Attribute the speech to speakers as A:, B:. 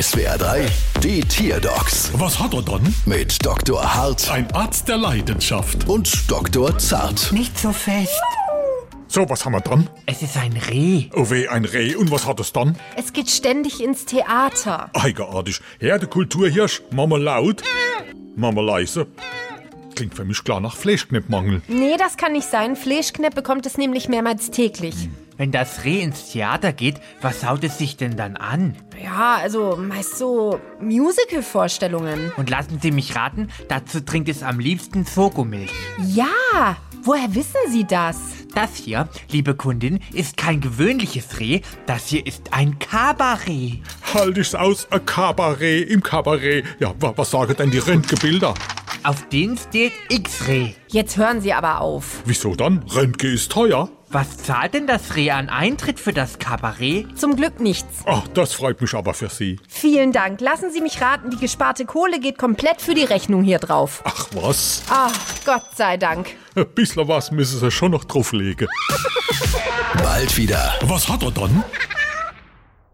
A: SWR 3, die Tierdocs
B: Was hat er dann?
A: mit Dr. Hart
B: Ein Arzt der Leidenschaft.
A: und Dr. Zart.
C: Nicht so fest.
B: So, was haben wir dann?
C: Es ist ein Reh.
B: Oh weh, ein Reh. Und was hat es dann?
D: Es geht ständig ins Theater.
B: Eigenartig. Herr, der Kulturhirsch. Mama laut. Mama leise. Klingt für mich klar nach Fleischkneppmangel.
D: Nee, das kann nicht sein. Fleischknepp bekommt es nämlich mehrmals täglich.
C: Wenn das Reh ins Theater geht, was haut es sich denn dann an?
D: Ja, also meist so Musical-Vorstellungen.
C: Und lassen Sie mich raten, dazu trinkt es am liebsten Sokomilch.
D: Ja, woher wissen Sie das?
C: Das hier, liebe Kundin, ist kein gewöhnliches Reh, das hier ist ein Kabarett.
B: Halt ich's aus, ein Kabarett im Kabarett. Ja, wa, was sagen denn die Rentgebilder?
C: Auf den steht X-Reh.
D: Jetzt hören Sie aber auf.
B: Wieso dann? Rentge ist teuer.
C: Was zahlt denn das Reh an Eintritt für das Kabarett?
D: Zum Glück nichts.
B: Ach, das freut mich aber für Sie.
D: Vielen Dank. Lassen Sie mich raten, die gesparte Kohle geht komplett für die Rechnung hier drauf.
B: Ach was,
D: Ach, Gott sei Dank.
B: ein bisschen was müssen Sie schon noch drauflegen.
A: Bald wieder.
B: Was hat er dann?